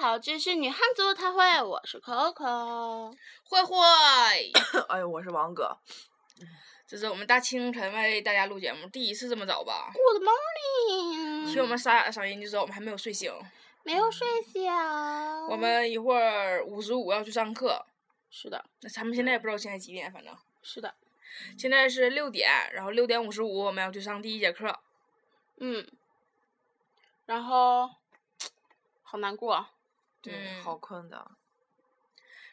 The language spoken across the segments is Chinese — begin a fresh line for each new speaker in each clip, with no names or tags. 好，这是女汉子我她会，我是 Coco。
慧慧，
哎呦，我是王哥，
这是我们大清晨为大家录节目，第一次这么早吧？
Good
听
morning，
我们沙哑的声音就知道我们还没有睡醒。
没有睡醒。
我们一会儿五十五要去上课，
是的，
那咱们现在也不知道现在几点，反正
是的，
现在是六点，然后六点五十五我们要去上第一节课。
嗯。然后，好难过。
对，
嗯
好困的，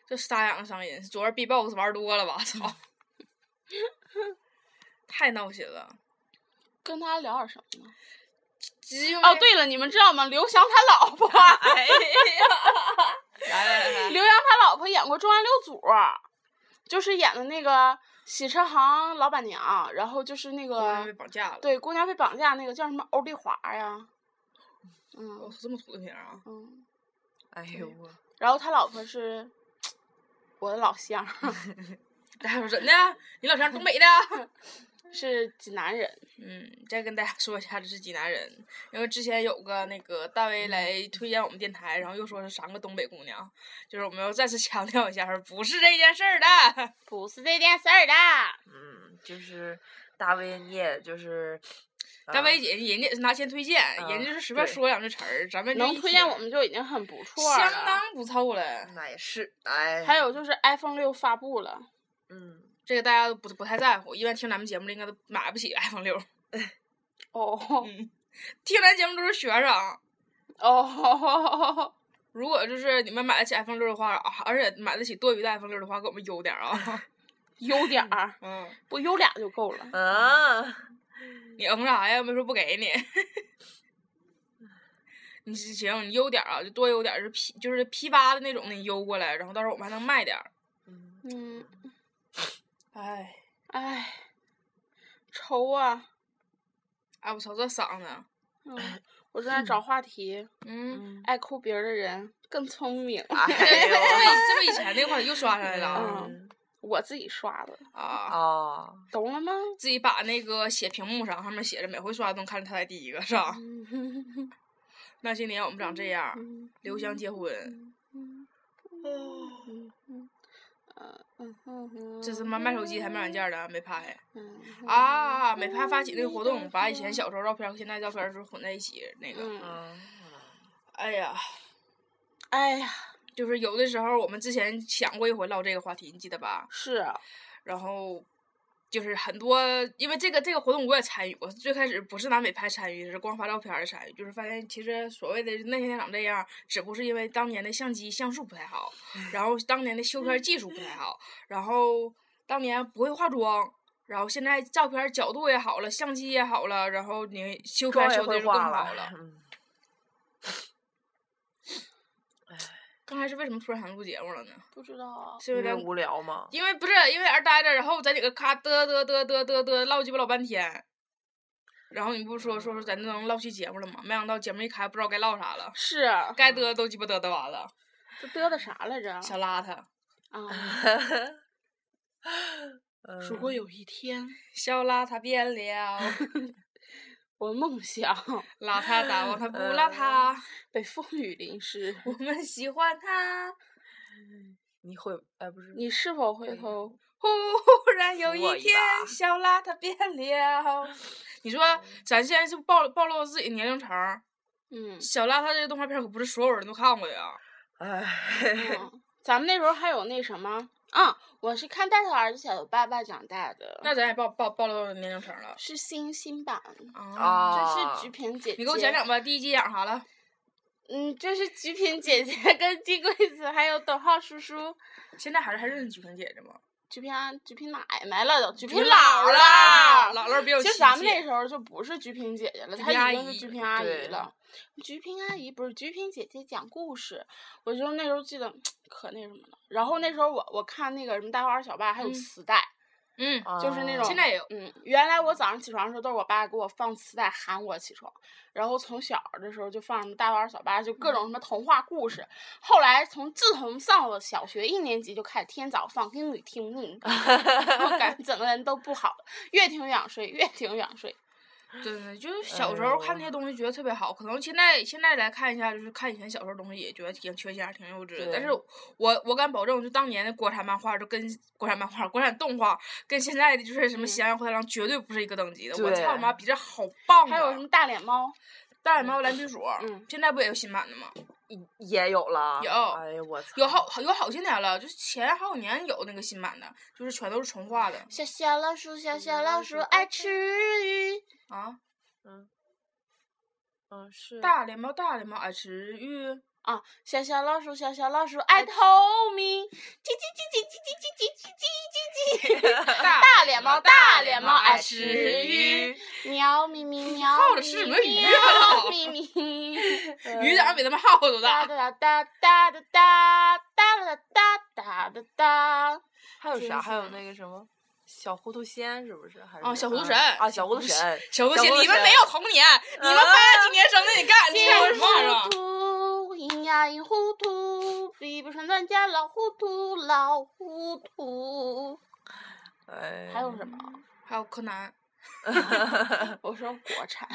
这沙哑的声音，昨儿 B-box 玩多了吧？操，太闹心了。
跟他聊点什么呢？
只有
哦，，对了，你们知道吗？刘翔他老婆，
哎呀，来来来来，
刘洋他老婆演过《重案六组》，就是演的那个洗车行老板娘，然后就是那
我们
个
被绑架了。
对姑娘被绑架那个叫什么欧丽华呀，
我
嗯
操，这么土的名儿啊！
嗯，
哎呦我，
然后他老婆是我的老乡，
大家说真的？你老乡东北的？
是济南人，
嗯，再跟大家说一下，这是济南人，因为之前有个那个大
嗯
V 来推荐我们电台，然后又说是三个东北姑娘，就是我们要再次强调一下，不是这件事儿的。
不是这件事儿的。
嗯，就是大卫，你也就是
大 V 姐人家也是拿钱推荐，人家
啊
就是随便
对
说两句词儿，咱们就
能
一
推
听
荐我们就已经很不错了。
相当不凑了。
呃那也是，哎，
还有就是 iPhone 六发布了，
嗯，
这个大家都不不太在乎，一般听咱们节目的应该都买不起 iPhone 六，
哦
听咱节目都是学生。
哦，
如果就是你们买得起 iPhone 六的话，啊而且买得起多余的 iPhone 六的话，给我们邮点儿啊。
优点儿
嗯，
不优俩就够了。
啊，
你嗯啥呀？没说不给你。 你是行，你邮点儿啊，就多邮点儿，就批就是批发的那种的，你邮过来，然后到时候我们还能卖点儿。
嗯，
嗯，
哎，
唉，愁啊！
哎我操，这嗓子，
嗯，我正在找话题，
嗯，
嗯
爱哭别人的人更聪明。
这这
哎呦，
这不以前那个话题又刷上来了啊
嗯
我自己刷的，
啊！
哦，
懂了吗？
自己把那个写屏幕上，上面写着每回刷都能看着他在第一个，是吧？
嗯
那些年我们长这
啊
样，刘翔结婚，这他妈卖手机还卖软件儿的，没拍啊！没拍发起那个活动，把以前小时候照片和现在照片是混在一起那个。
嗯，
嗯，
哎呀，
哎呀，
就是有的时候我们之前想过一回唠这个话题，你记得吧？
是啊，
然后就是很多，因为这个这个活动我也参与过，最开始不是拿美拍参与，是光发照片儿的参与，就是发现其实所谓的那天长这样，只不过是因为当年的相机像素不太好，
嗯
然后当年的修片技术不太好，然后当年不会化妆。然后现在照片儿角度也好了，相机也好了，然后你修片
妆
儿
也
修的
会
就更
化
好了。
嗯，
刚开始为什么突然想录节目了呢？
不知道，
是因
因
为
为
咱
无聊 嘛，
因为不是因为俺待着，然后咱几个咔嘚嘚嘚嘚嘚嘚唠鸡巴老半天，然后你不说说说咱就能唠起节目了吗？没想到节目一开不知道该唠啥了，
是啊
该嘚都鸡巴嘚嘚完了，
这嘚的啥来着？
小邋遢，
啊，如
嗯
果有一天
小邋遢变了，
我梦想
邋遢大王他不邋遢，
被风雨淋湿，
我们喜欢他。
你会哎不是
你是否回头？
忽然有
扶我
一
一
天，
把
小邋遢变了。你说咱现在是暴暴露自己年龄层儿，
嗯，
小邋遢这个动画片可不是所有人都看过的呀。
哎，
嗯咱们那时候还有那什么啊，我是看《大头儿子小头爸爸》长大的，
那咱也暴暴暴露年龄层了。
是新新版，
啊
这
啊
是菊萍姐姐。
你给我讲。讲吧，第一集讲啥了？
嗯，这是菊萍姐 姐跟金龟子还有董浩叔叔，
现在还是还认识菊萍姐姐吗？
菊萍啊菊萍奶奶来了，菊
菊
萍
萍
姥了。
姥姥姥比较
其实咱们那时候就不是菊萍姐姐了，
菊
她
萍阿
已经是
姨
菊萍阿姨
对
了。菊萍阿姨不是菊萍姐姐讲故事，我就那时候记得可那什么了。然后那时候我我看那个什么《大花儿小爸》还有
嗯
磁带，
嗯，
啊
就是那
哦
种
现在也有。
嗯，原来我早上起床的时候都是我爸给我放磁带喊我起床，然后从小的时候就放什么大腕儿小八，就各种什么童话故事。后来从自从上了小学一年级就开始天早放英语 听力，然后感觉整个人都不好了，越听越想睡，越听越想睡。
对对，就是小时候看那些东西觉得特别好，可能现在现在来看一下，就是看以前小时候东西也觉得挺缺心眼儿、挺幼稚的。但是
对
我我敢保证，就当年的国产漫画，就跟国产漫画、国产动画跟现在的就是什么
嗯
《喜羊羊灰太狼》绝对不是一个等级的。我
对
操我妈比这好棒啊！
还有什么大脸猫？
大眼猫蓝皮鼠？
嗯
现在不也有新版的吗？
也有了，
有
哎呀，我操，
有好有好些年了，就是前好几年有那个新版的，就是全都是重画的
小小老鼠，小小老鼠爱吃鱼。
啊。
嗯是
大脸猫，大脸猫爱吃鱼。
啊，小小老鼠，小小老鼠爱透明，叽叽叽叽叽叽叽叽叽叽叽叽叽。
大
大脸猫大脸猫爱吃
鱼
鱼，喵咪咪喵
耗
咪
子吃什么
咪
鱼
喵
啊
咪咪，
鱼 咋比他们耗子
哒哒
大？
哒哒哒哒哒哒哒哒哒哒。
还有
真
啥？还有
是哦
那个什么《小糊涂仙》是不是？还是
啊小糊涂
啊
神
啊，小糊涂神，
小东
小
西，
东
你们
西
没有童年，你们八几年生的，你干，你有什么啊
糊
玩意
涂，咿呀咿糊涂，比不上咱家老糊涂，老糊涂。
哎，
还有什么？啊
还有柯南，
我说国产，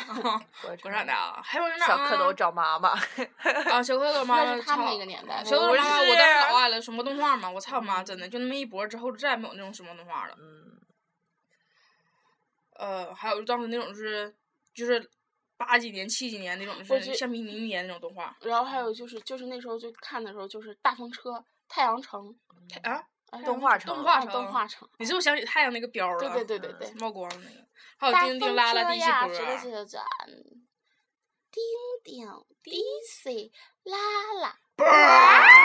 国
国产的啊，还有人哪
小蝌蚪找妈妈，
啊，小蝌�蚪妈
那
妈
是他们
操
那个年代的。
小蝌蚪
不
妈妈，我当时老
是
爱了，什么动画嘛，我操我妈，真的就那么一波之后，就再也没有那种什么动画了。
嗯，
呃，还有就当时那种就是就是八几年、七几年那种，就
我
是
觉
像迷你年那种动画。
然后还有就是就是那时候就看的时候就是大风车、太阳城、
太啊，
哎
动画城
啊
动画城，
动画城，
你是不是想起太阳那个标儿了？
对对对对
嗯
对。
冒光那个，还有
大
叮
风
叮啦啦
车
第一
呀，
波
指着指
儿，
着转，叮叮滴水啦啦，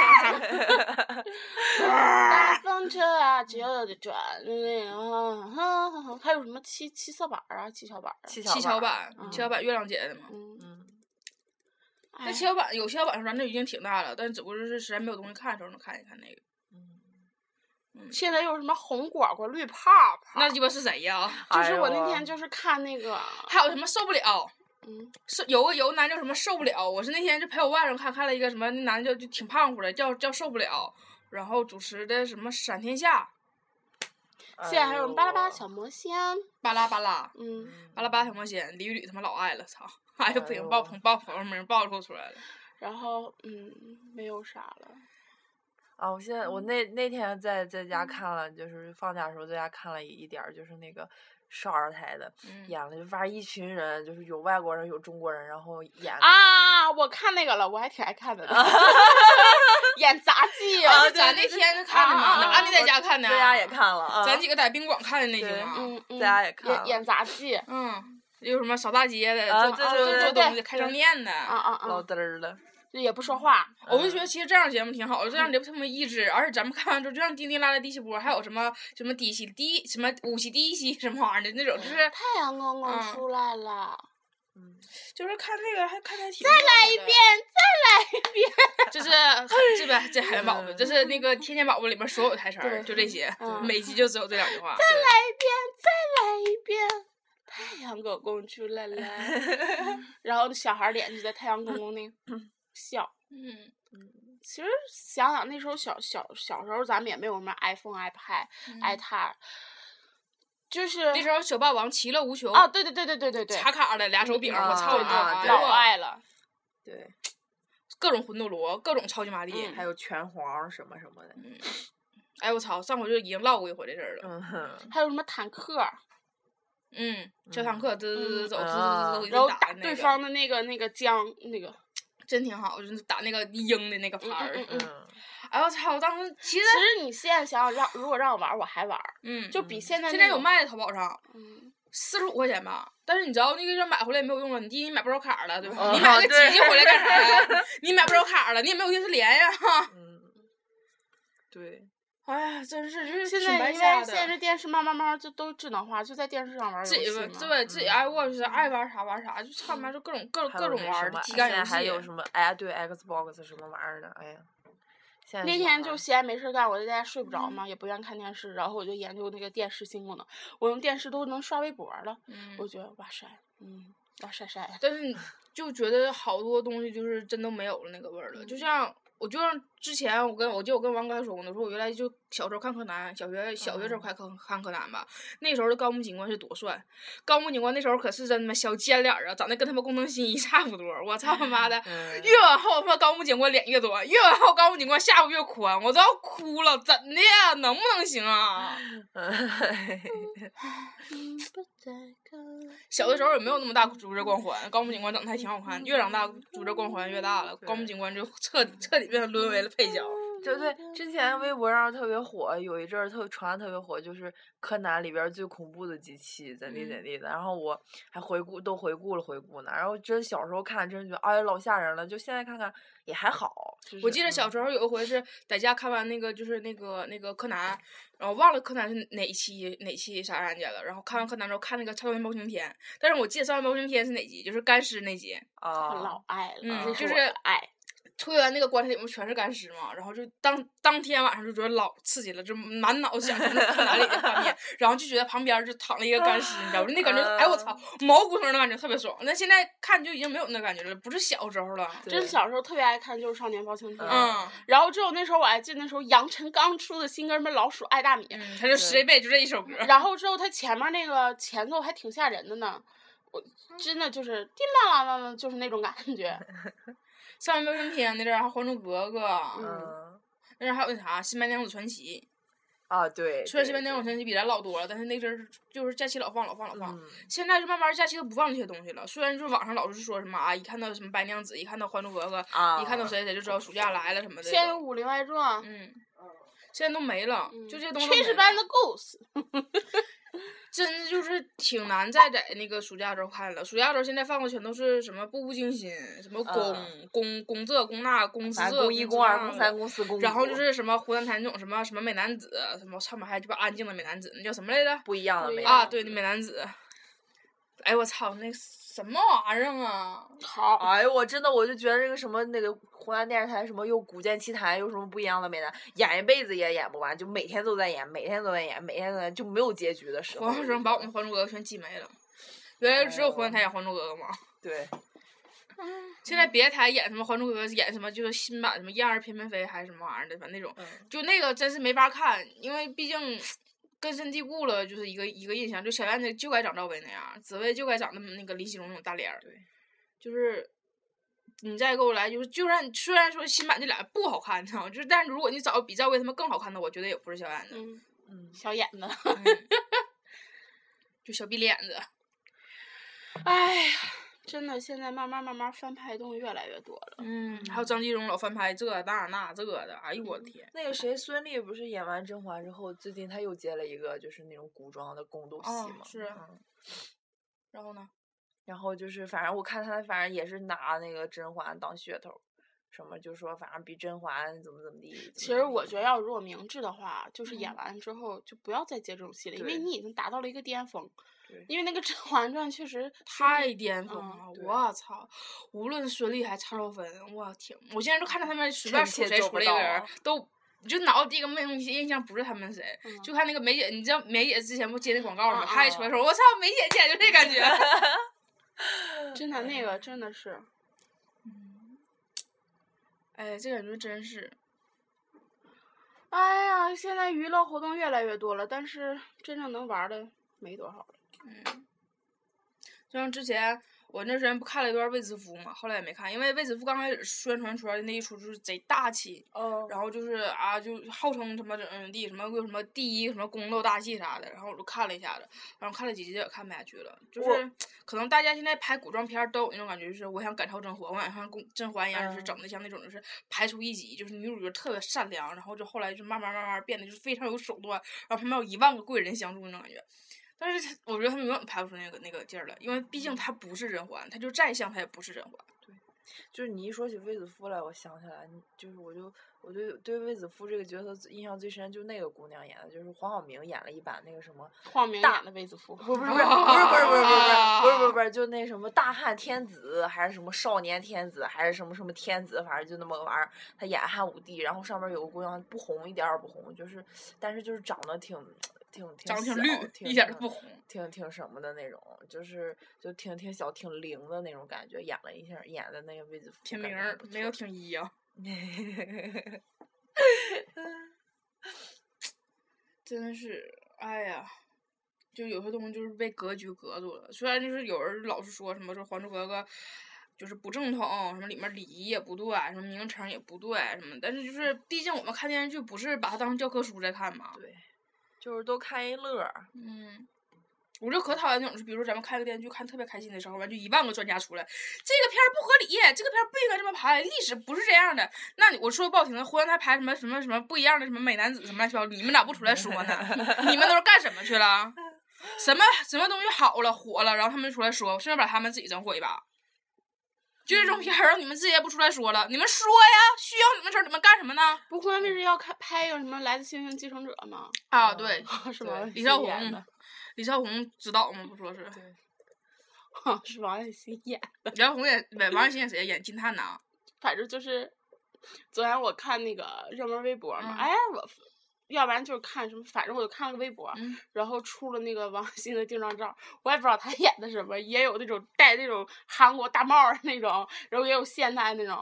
大风车啊，指着着转，那啊，还有什么七七色板儿啊，七巧板儿啊，
七
七
巧
巧
板，
板，
嗯
七巧板月亮姐的嘛。
嗯，
嗯，
那
哎
七巧板有七巧板的时候，咱这已经挺大了，但只不过就是实在没有东西看的时候能看一看那个。
嗯
现在又是什么红果果、绿泡泡，
那鸡巴是谁呀？
就是
哎
我那
呦
天就是看那个，
还有什么受不了？
嗯，
受有个有个男叫什么受不了，我是那天就陪我外甥看看了一个什么，那男的就就挺胖乎的，叫叫受不了，然后主持的什么闪天下，
现在还有
哎
什
呦
么巴拉巴拉小魔仙，
巴拉巴拉，
嗯。
巴拉巴拉小魔仙，李宇吕他妈老爱了，操！哎呦，不
哎
行，
呦
爆棚爆棚名暴露出来了。
然后嗯，没有啥了。
啊！我现在我那那天在在
嗯
家看了，就是放假的时候在家看了一一点儿，就是那个少儿台的
嗯，
演了，就反正一群人，就是有外国人有中国人，然后演
啊，我看那个了，我还挺爱看的呢，演杂技
啊
啊
对
咱哦那
对对
天看
啊啊
的嘛，
啊
那安妮在家看的，
在家也，看了啊，
咱几个在宾馆看的那
对
集嘛。
嗯嗯，
大家也看
演
了
演杂技，啊
嗯，有什么扫大街的，
啊
做
对
做
对对
做
对
东西
对
的，开商店的，
啊
老
啊，
嘚儿了，
就也不说话，
我就觉得其实这样节目挺好的，这样节目特别益智，而且咱们看完之后，就像叮叮拉拉第七波，还有什么什么第七第一什么五期第一期什么玩意儿的那种，就是
太阳公公
嗯
出来了，
嗯，
就是看这个还看还挺。再来一
变，再来一遍，
就是这边这海绵宝宝，
嗯
就是那个天天宝宝里面所有台词儿，
对
就这些，
嗯
每集就只有这两句话。
再来一遍，再来一遍。太阳公公出来了，然后小孩脸就在太阳公公那笑。
嗯，
其实想想那时候小小小时候，咱们也没有什么 iPhone、iPad、iPad，就是
那时候小霸王其乐无穷
啊，对对对对对对对，
卡卡的俩手哦柄，
嗯
我操你
对
妈！
啊
哎
对
呦
老爱了。
对，
各种魂斗罗，各种超级玛丽。
嗯
还有拳皇什么什么的，
哎我操，上回就已经唠过一回这事儿了。
嗯哼，
还有什么坦克儿，
嗯，小坦克滋滋
嗯
滋走，滋
啊
滋滋
然后
走，
打
那
对
个
方的那个那个将那个，
真挺好，就是打那个鹰的那个牌儿
嗯。嗯
嗯，
哎我操，我当时其
其
实
实你现在想想，让如果让我玩儿，我还玩儿，
嗯，
就比现在
现
那
在有
种，
卖的淘宝上，
嗯
四十五块钱吧。但是你知道那个要买回来也没有用了，你第一你买不着卡儿了，对吧？
哦
你买个
对
机器回来干啥呀？你买不着卡儿了，你也没有电视连呀。
嗯，对，
哎呀，真是就是
现
挺
在
白
因
瞎
为
的
现在这电视慢慢慢慢就都智能化，就在电视上玩儿游
自己
戏
吧
嘛。
对自己
嗯
爱玩就是爱玩啥玩啥，就他妈就各种各种
还
各
有
种
那
玩
什
儿
么
体感
现
游
在
戏。啊
还有什么哎，对，Xbox 什么玩意儿的，哎呀，现在
那
小
天
孩
啊
就
儿
闲没事儿干，我在家睡不着
嗯
嘛，也不愿意看电视，然后我就研究那个电视新功能，我用电视都能刷微博了，
嗯
我觉得哇塞，嗯，哇塞塞，
但是你就觉得好多东西就是真都没有了那个味儿了。就像我就像之前我跟我记得我跟王哥还说过呢，我说我原来就小时候看柯南，小学小学时候看看看柯南吧，那时候的高木警官是多帅，高木警官那时候可是真他妈小尖脸儿啊，长得跟他妈工藤新一差不多，我操他 妈的，
嗯
越往后他妈高木警官脸越多，越往后高木警官下巴越宽，我都要哭了，怎的呀？能不能行啊？
嗯
嗯小的时候也没有那么大主角光环，高木警官长得还挺好看，越长大主角光环越大了，高木警官就彻底彻底变成沦为了配角。
对对，之前微博上特别火，有一阵儿特传的特别火，就是柯南里边儿最恐怖的机器怎
嗯
地怎地的。然后我还回顾，都回顾了回顾呢。然后真小时候看，真觉得哎老吓人了。就现在看看也还好。就是
我记得
嗯
小时候有一回是在家看完那个就是那个那个柯南，然后忘了柯南是哪一期哪期啥案件了，然后看完柯南之后看那个《超人包青天》，但是我记得《超人包青天》是哪集，就是干尸那集。
啊，
老爱了，
嗯
这
就是
是我的爱。
推完那个棺材里面全是干尸嘛，然后就当当天晚上就觉得老刺激了，就满脑子想象那柯南里的画面，然后就觉得旁边就躺了一个干尸，你知道吗？就那感觉，哎我
啊
操，毛骨悚然的感觉特别爽。那现在看就已经没有那感觉了，不是小时候了。
真
对
小时候特别爱看，就是《少年包青天》。
嗯，
然后之后那时候我还记得那时候杨晨刚出的新歌儿什么《老鼠爱大 米》，
嗯，他就十倍就这一首歌。
然后之后他前面那个前奏还挺吓人的呢，我
嗯
真的就是叮啦啦啦啦，就是那种感 觉。
上面没有春天那阵儿，还《还珠格格》，
嗯
那阵儿还有那啥《新白娘子传奇
啊，对，》。
虽然《
对
新白娘子
对
传奇》比咱老多了，但是那阵儿就是假期老放老放老放。
嗯
现在就慢慢假期都不放这些东西了。虽然就是网上老是说什么啊，一看到什么白娘子，一看到《还珠格格》
啊，
一看到谁谁就知道暑假来了什么的这
现在
种。
有《武林外传》嗯
嗯，现在都没了，嗯
嗯
就这些东西都
炊事
没
班
了
的 Goose，
真的就是挺难再在那个暑假时候看了。暑假时候现在放的全都是什么《步步惊心》，什么宫
嗯
宫宫这宫那宫之
反正
这
宫一、宫二、宫
那
三、
的
宫四、宫五，
然后就是什么湖南台那种什么什么美男子，什么上面还有就把安静的美男子，那叫什么来着？
不一样
不
的
一
美
啊，
样
对，那美男子。哎我操，那什么玩意儿啊！
好，
哎呦，我真的我就觉得这个什么那个湖南电视台什么又古剑奇谭又什么不一样的美男，演一辈子也演不完，就每天都在演，每天都在演，每天都在演就没有结局的时候。
黄晓生把我们《还珠格格》全挤没了，原来只有湖南台演《还珠格格》吗？
对，
现在别的台演什么《还珠格格》，演什么就是新版什么《燕儿翩翩飞》还是什么玩意儿的，反正那种，
嗯
就那个真是没法看，因为毕竟根深蒂固了，就是一个一个印象，就小燕子就该长赵薇那样，紫薇就该长那么那个林熙荣那种大脸儿，
对，
就是。你再给我来，就是就算虽然说新版这俩不好看，你知道吗？就是，但是如果你找比赵薇他们更好看的，我觉得也不是小燕子，
嗯，
嗯，
小眼子，
嗯 就小逼脸子。
哎呀，真的现在慢慢慢慢翻拍的东西越来越多了。
嗯，还有张纪中老翻拍这那那这的，哎呦我的天！
那个谁孙俪不是演完《甄嬛》之后，最近她又接了一个就是那种古装的宫斗戏
哦
嘛，
是啊
嗯
然后呢？
然后就是反正我看她反正也是拿那个甄嬛当噱头，什么就说反正比甄嬛怎么怎么地。怎么
其
怎
实
么
我
地
觉得，要如果明智的话，就是演
嗯
完之后就不要再接这种戏了，因为
对
你已经达到了一个巅峰
对。
因为那个《甄嬛传》确实
太巅峰
嗯
了！
对
我操，无论孙俪还蔡少芬，我天！我现在就看着他们随便
臣
数
妾
谁
做
数
不
了一个
到
人
啊，
都就脑子第一个没有印象不是他们谁，
嗯
就看那个梅姐，你知道梅姐之前不接那广告吗？
嗯
她一出来说，我操，梅姐姐就这感觉。
真的那个真的是，
哎，这感觉真是，
哎呀，现在娱乐活动越来越多了，但是真正能玩儿的没多少了。
就像之前我那时间不看了一段卫子夫嘛，后来也没看，因为卫子夫刚开始宣传出来的那一出就是贼大气，
哦，
然后就是啊，就号称什么怎么地，什么又什么第一什么宫斗大戏啥的，然后我就看了一下子，然后看了几集也看不下去了。就
我
是可能大家现在拍古装片儿都有那种感觉，就是我想赶超甄嬛，我想像宫甄嬛一样，就是
嗯
整的像那种就是排除异己，就是女主角特别善良，然后就后来就慢慢慢慢变得就是非常有手段，然后旁边有一万个贵人相助那种感觉。但是他我觉得他们永远拍不出那个那个劲儿来，因为毕竟他不是甄嬛，他就再像他也不是甄嬛。
就是你一说起卫子夫来，我想起来，就是我就我对对卫子夫这个角色最印象最深，就是那个姑娘演的，就是黄晓明演了一版那个什么，
晃明
大
演的卫子夫，
不是不是不是不是不是不是不是不是不是，就那什么大汉天子还是什么少年天子还是什么什么天子，反正就那么个玩意儿。他演汉武帝，然后上面有个姑娘不红一点儿也不红，就是但是就是长得挺挺挺
长得挺
小
绿，
挺
一点儿都
嗯
不红。
挺挺什么的那种，就是就挺挺小挺灵的那种感觉，演了一下演的那个卫子夫，
品
感
名
觉还
儿
不
没有
错
挺一呀、真的是，哎呀，就有些东西就是被格局隔住了。虽然就是有人老是说什么说《还珠格格》就是不正统，什么里面礼仪也不对，什么名称也不对，什么，但是就是毕竟我们看电视剧不是把它当教科书在看嘛。
对， 就是都看一乐儿。
嗯，我就可讨厌那种，就比如说咱们看个电视剧看特别开心的时候吧，就一万个专家出来，这个片儿不合理，这个片儿不应该这么拍，历史不是这样的。那你我说不好听的，湖南台拍什么什么什么不一样的什么美男子什么乱七八糟，你们咋不出来说呢？ 你们都是干什么去了？什么什么东西好了火了，然后他们就出来说，顺便把他们自己整火一把。就这种片儿，然后你们自己也不出来说了，你们说呀，需要你们的时候你们干什么呢？
不过那是要看拍一个什么《来自星星继承者》吗？
啊，
嗯
对，
是吗？
李少
哦演
红
的，，
李少红指导嘛，不说是。
嗯 是王栎鑫演。
梁红也不是王栎鑫演谁演金叹呐？
反正就是，昨天我看那个热门微博嘛，
嗯
哎，我要不然就是看什么，反正我就看了个微博，
嗯
然后出了那个王栎鑫的定妆照，我也不知道他演的什么，也有那种戴那种韩国大帽儿那种，然后也有现代那种，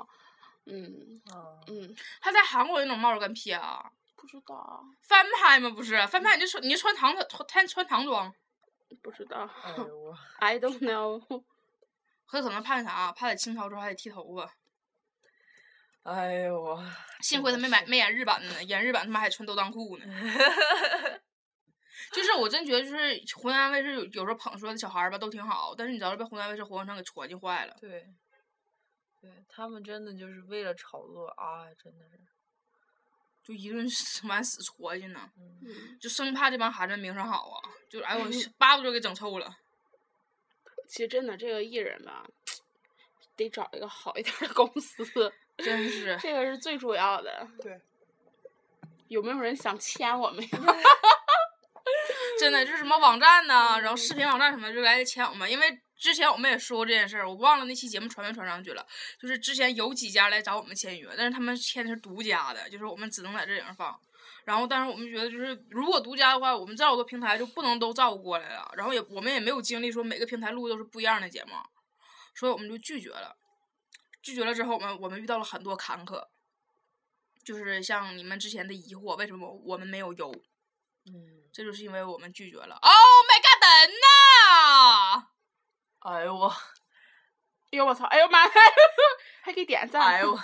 嗯
嗯，
嗯，
他在韩国有那种帽儿干屁啊？
不知道，
翻拍吗？不是翻拍，你就穿你就穿唐的穿穿唐装，
不知道
哎呦我，
，I don't know，
很可能怕那啥，怕在清朝之后还得剃头发。
哎呦我，
幸亏他没买没演日版的呢，演日版他妈还穿兜裆裤呢。就是我真觉得，就是湖南卫视有有时候捧出来的小孩儿吧，都挺好，但是你知道被湖南卫视活广场给戳进坏了。
对，对他们真的就是为了炒作啊，真的是，
就一顿死往死戳进呢，
嗯，
嗯，
就生怕这帮孩子名声好啊，就哎呦我巴不得给整臭了。
其实真的这个艺人吧，得找一个好一点儿的公司。
真是
这个是最主要的。
对。
有没有人想签我们呀？
真的，就是什么网站呐、然后视频网站什么的就来签我们，因为之前我们也说过这件事儿，我忘了那期节目传没传上去了。就是之前有几家来找我们签约，但是他们签的是独家的，就是我们只能在这顶上放。然后，但是我们觉得，就是如果独家的话，我们这么多平台就不能都照顾过来了。然后也我们也没有精力说每个平台录都是不一样的节目，所以我们就拒绝了。拒绝了之后，我们我们遇到了很多坎坷，就是像你们之前的疑惑，为什么我们没有优？
嗯，
这就是因为我们拒绝了。Oh my god，等呐！
哎呦我，
哎呦我操！哎呦妈呀！ 还给点赞！
哎呦我，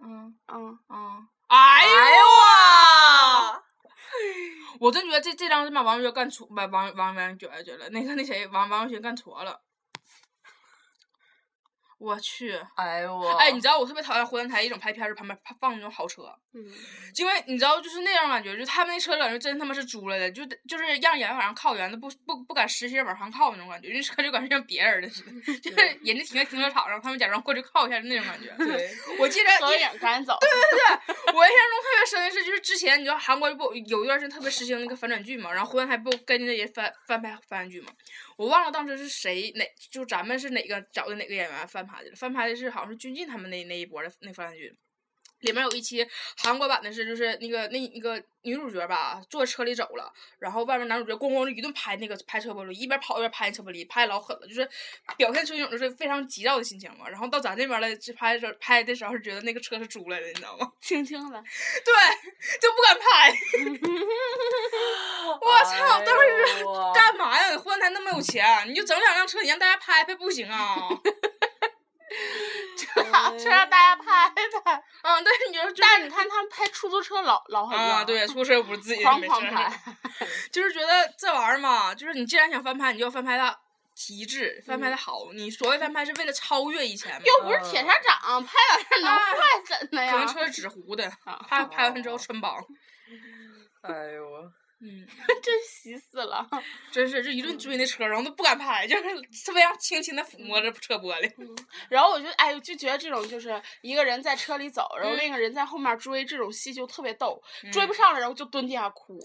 嗯
嗯，
嗯，哎呦
哎呦
我！我真觉得这这张是把王月干错，把王王王觉去了，那个那谁王王岳轩干错了。我去，
哎呦我，
哎，你知道我特别讨厌湖南台一种拍片儿，旁边啪放那种豪车，
嗯，
因为你知道就是那样感觉，就他们那车感觉真他妈是租来的，就得就是让演员往上靠，原的不不不敢实心往上靠那种感觉，人车就感觉像别人的 似的，就是人家停在停车场上，他们假装过去靠一下那种感觉。
对，哎
我记得
合
一
影赶走。
我印象中特别深的是，就是之前你知道韩国不有一段时间特别实行那个反转剧嘛，然后湖南台不跟着也翻翻拍反转剧嘛，我忘了当时是谁哪就咱们是哪个找的哪个演员翻拍的了，翻拍的是好像是军进他们那那一波的那翻转剧。里面有一期韩国版的是，就是那个那那个女主角吧，坐车里走了，然后外面男主角咣咣就一顿拍那个拍车玻璃，一边跑一边拍车玻璃，拍老狠了，就是表现出一种就是非常急躁的心情嘛。然后到咱这边来去拍的时候，拍的时候是觉得那个车是租来的，你知道吗？
轻轻 的，
对，就不敢拍。我操，
哎
当时
呦我
干嘛呀？湖南台那么有钱，啊你就整两辆车，你让大家拍拍不 行啊？
这让大家拍拍。
嗯，但是你就
但是你看他们拍出租车老老狠了，
啊，对，，出车又不是自己的，
哐
没事
哐
儿，
拍。
就是觉得这玩意儿嘛，就是你既然想翻拍，你就要翻拍到极致，翻拍的好。你所谓翻拍是为了超越以前嘛，
嗯又不是铁砂掌，拍两下能坏怎的
可能
呀？
车是纸糊的，
啊
怕拍完之后穿 帮。
哎呦我，
嗯，
真洗死 了。
真是就一顿追那车，然后都不敢拍，就是特别让轻轻的抚摸着
嗯
车玻璃。
然后我就哎，就觉得这种就是一个人在车里走，然后另一个人在后面追，这种戏就特别逗。
嗯
追不上了，然后就蹲地下哭。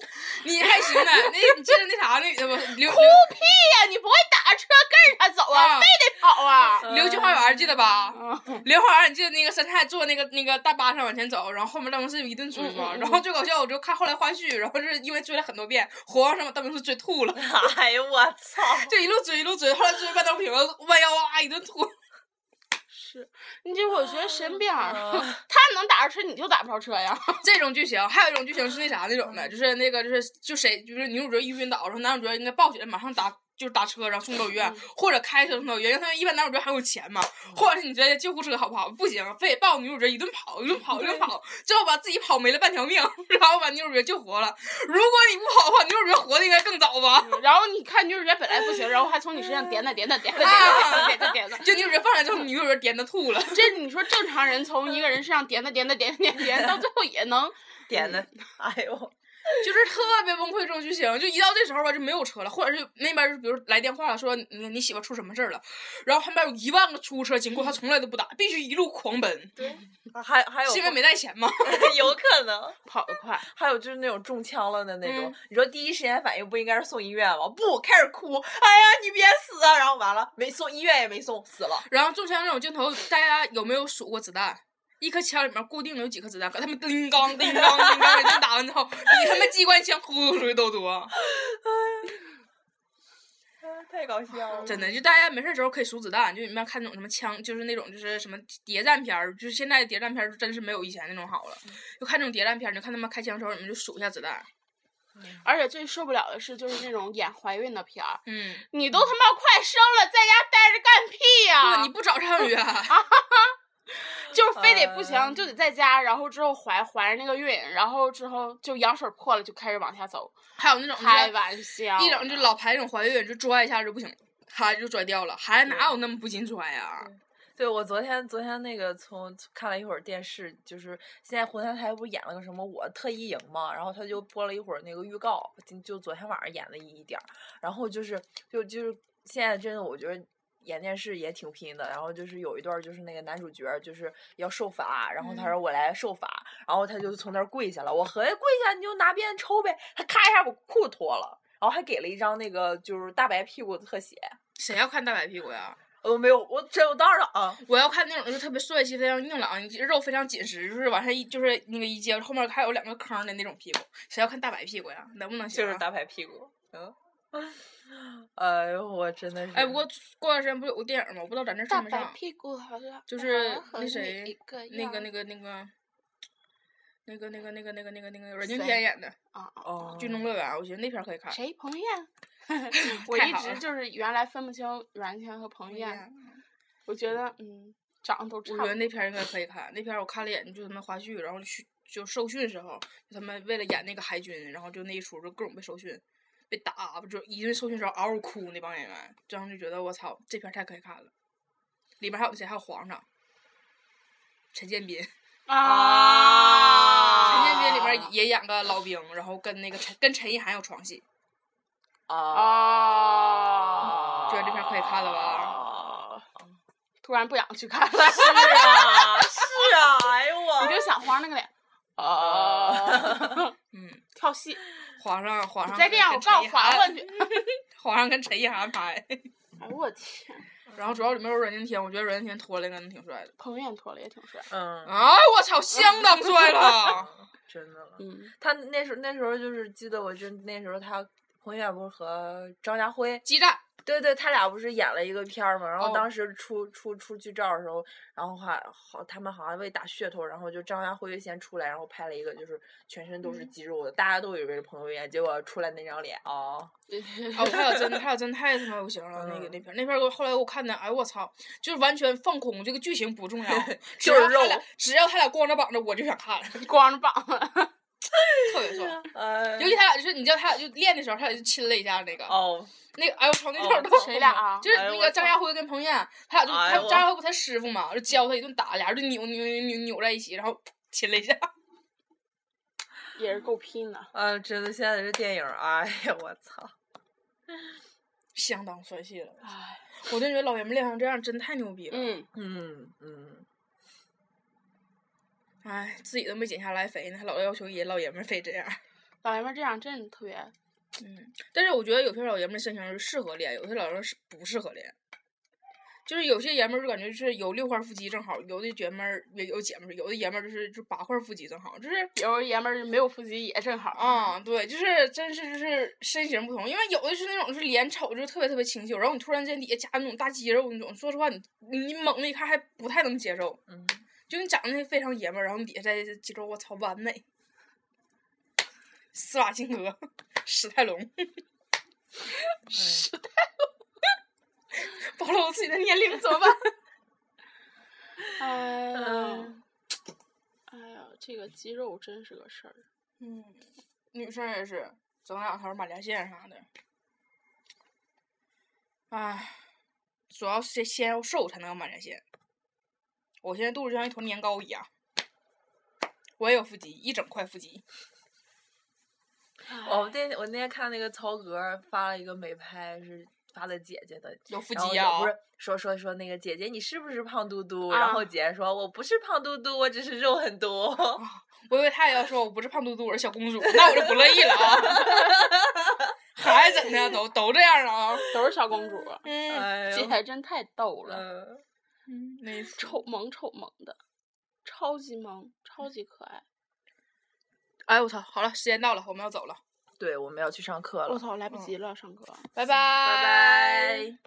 你还行呢，那你记得那啥那呃不刘
哭屁哎呀！你不会打车跟着他走啊，
啊嗯
非得跑啊！
刘刘菊花园儿记得吧？
嗯
刘花园儿，你记得那个杉菜坐那个那个大巴上往前走，然后后面大明寺一顿追嘛，
嗯嗯嗯
然后最搞笑，我就看后来花絮，然后就是因为追了很多遍，活往上把大明寺追吐了，
哎呦我操，
就一路追一路追，后来追半道平了，弯腰啊一顿吐，
是，你这我觉得神
嗯
病儿，
啊
他能打着车，你就打不着车 呀。
这种剧情，还有一种剧情是那啥那种的，就是那个就是就谁就是女主角一晕倒，然后男主角应该抱起来马上打就是打车，然后送到医院，或者开车送到医院。因为他们一般男主角很有钱嘛，或者是你直接救护车好不好？不行，非得抱女主角一顿跑，一顿跑，一顿跑，最后把自己跑没了半条命， 然后把女主角救活了。如果你不跑的话，女主角活的应该更早吧？
然后你看女主角本来不行，然后还从你身上点点点点点点
嗯
点点点点点。
就女主角放下之后，女主角颠的吐了。
这你说正常人从一个人身上点的点的点点点，到最后也能
点的，哎呦，
就是特别崩溃这种剧情，就一到这时候吧，就没有车了，或者是那边儿比如来电话了，说你你媳妇出什么事儿了，然后旁边有一万个出租车经过，他从来都不打，必须一路狂奔，
还还有
是因为没带钱吗？
有可 能，
跑得快。
还有就是那种中枪了的那种
嗯，
你说第一时间反应不应该是送医院吗？不，开始哭，哎呀，你别死啊！然后完了，没送医院也没送，死了。
然后中枪这种镜头，大家有没有数过子弹？一颗枪里面固定有几颗子弹，可他们叮当叮当叮当一顿打完之后，比他们机关枪呼出去都多。
啊太搞笑了，
真的，就大家没事儿时候可以数子弹，就你们看那种什么枪，就是那种就是什么谍战片儿，就是现在的谍战片儿真是没有以前那种好了。
嗯
就看那种谍战片儿，你就看他们开枪的时候，你们就数一下子弹。
而且最受不了的是，就是那种演怀孕的片儿，
嗯，
你都他妈快生了，在家待着干屁呀、
啊
对，你不找上啊 源，
就是非得不行，
嗯
就得在家，然后之后怀怀着那个孕，然后之后就羊水破了，就开始往下走。
还有那种
开
就
玩笑，
是一种就老牌那种怀孕就拽一下就不行，孩子就拽掉了，孩子哪有那么不禁拽呀？
对，我昨天昨天那个从看了一会儿电视，就是现在湖南台不是演了个什么我特意营嘛，然后他就播了一会儿那个预告，就就昨天晚上演的一一点儿，然后就是就就是现在真的我觉得。演电视也挺拼的，然后就是有一段儿就是那个男主角儿就是要受罚，然后他
嗯
说我来受罚，然后他就从那儿跪下了，我合计跪下你就拿鞭子抽呗，他咔一下把裤脱了，然后还给了一张那个就是大白屁股的特写，
谁要看大白屁股呀？
我都没有，我真我当然了啊，
我要看那种就是特别帅气、非常硬朗、肉非常紧实，就是往上一就是那个一接，后面还有两个坑的那种屁股，谁要看大白屁股呀？能不能行、
就是
啊？
大白屁股。嗯，哎呦，我真的是。
哎，不过过段时间不是有个电影吗？我不知道咱这
嗯大
上没
白
上，
屁股好像
就是
好像和
那
你
谁
一个
那个
个
那个那个。那个、那个、那个、那个、那个、那个阮经
谁
天演的
啊，啊
哦
《军中乐园》，我觉得那片儿可以看。
谁彭于晏？啊 我
太
一
好
直
了
就是原来分不清阮经天和啊彭于晏，我觉得嗯长得都差
哎我
不
觉
多
得。那片儿应该可以看，那片儿我看了一眼，就他们花絮，然后去就受训时候，就他们为了演那个海军，然后就那一出就各种被受训，被打，就一顿受训时候嗷嗷哭那帮演员，这样就觉得我操，这片儿太可以看了。里边还有谁？还有皇上，陈建斌，陈
啊
建斌里
啊
边也演个老兵，然后跟那个陈跟陈意涵有床戏，
啊哦
觉得这片儿可以看了吧？
突然不想去看了，
是啊，是啊，哎呦
我
我。
就想皇上那个脸。
啊
啊，
嗯，
跳戏！
皇上皇上
再
跟
这样，我
跟陈
告
意
还
涵
回去。
皇上跟陈意涵拍，
哎呦我天，
然后主要里面有阮经天，我觉得阮经天脱了应该能挺帅的。
彭于晏脱了也挺帅。
嗯，
啊！我操，相当帅了！
真的了。
嗯，
他那时候那时候就是记得我真那时候他彭于晏不是和张家辉，
激战，
对对，他俩不是演了一个片儿嘛，然
哦
后当时出、出出剧照的时候，然后还好他们好像为打噱头，然后就张家辉先出来，然后拍了一个就是全身都是肌肉的，大家都以为是彭于晏，结果出来那张脸啊、哦，
哦，还有真的，还有真太他妈不行了，那个那片儿那片儿给我后来我看的，哎我操，就是完全放空，这个剧情不重要，只
就是
要他
肉
俩只要他俩光着膀子，我就想看了，
光着膀子。
特别帅。
呃
尤其他俩就是，你知道他俩就练的时候，他俩就亲了一下那个，
哦，
那个，哎我操，那段儿
哦
都
谁俩啊
就是
哎呦
那
我
个张
操
家辉跟彭于晏，他俩就
哎
他
呦我
张家辉不他师傅嘛，就教他一顿打，俩人就扭扭扭扭扭在一起，然后亲了一下。
也是够拼的。
啊，真的，现在这电影儿，哎呀，我操！
相当帅气了，我真觉得老爷们练成这样真太牛逼了。
嗯，
嗯嗯，
哎，自己都没减下来肥呢，还老要求爷老爷们儿非这样。
老爷们儿这样真的特别，
但是我觉得有些老爷们儿身形是适合练，有些老爷们儿是不适合练。就是有些爷们儿就感觉是有六块腹肌正好，有的爷们儿也有姐们儿，有的爷们儿就是就八块腹肌正好，就是
有的爷们儿没有腹肌也正好。
啊、对，就是真是就是身形不同，因为有的是那种是脸瞅着就特别特别清秀，然后你突然间底下加那种大肌肉那种，说实话你你猛的一看还不太能接受，
嗯，
就你长得非常爷们儿，然后你底下再肌肉，我操，完美， 施瓦辛格， 史泰龙，
哎
暴露自己的年龄怎么办？
哎呀
嗯，
哎呀，这个肌肉真是个事儿。
嗯，女生也是整两条马甲线啥的，唉，主要是先要瘦才能有马甲线。我现在肚子像一坨年糕一样，我也有腹肌，一整块腹肌。
哎哦
我那我那天看那个曹格儿发了一个美拍，是发的姐姐的，
有腹
然后
肌
就
啊
不！是说说说那个姐姐你是不是胖嘟嘟？然后
啊
姐姐说我不是胖嘟嘟，我只是肉很多。
我以为他也要说我不是胖嘟嘟，我是小公主，那我就不乐意了 啊！还怎的都都这样啊？
都是小公主，
嗯，
哎
这
呦，
还真太逗了，
嗯，
没
丑萌丑萌的，超级萌，超级可爱。
哎我操！好了，时间到了，我们要走了，
对，我们要去上课了
我。操，来不
嗯
及了，上课。
拜拜
拜拜。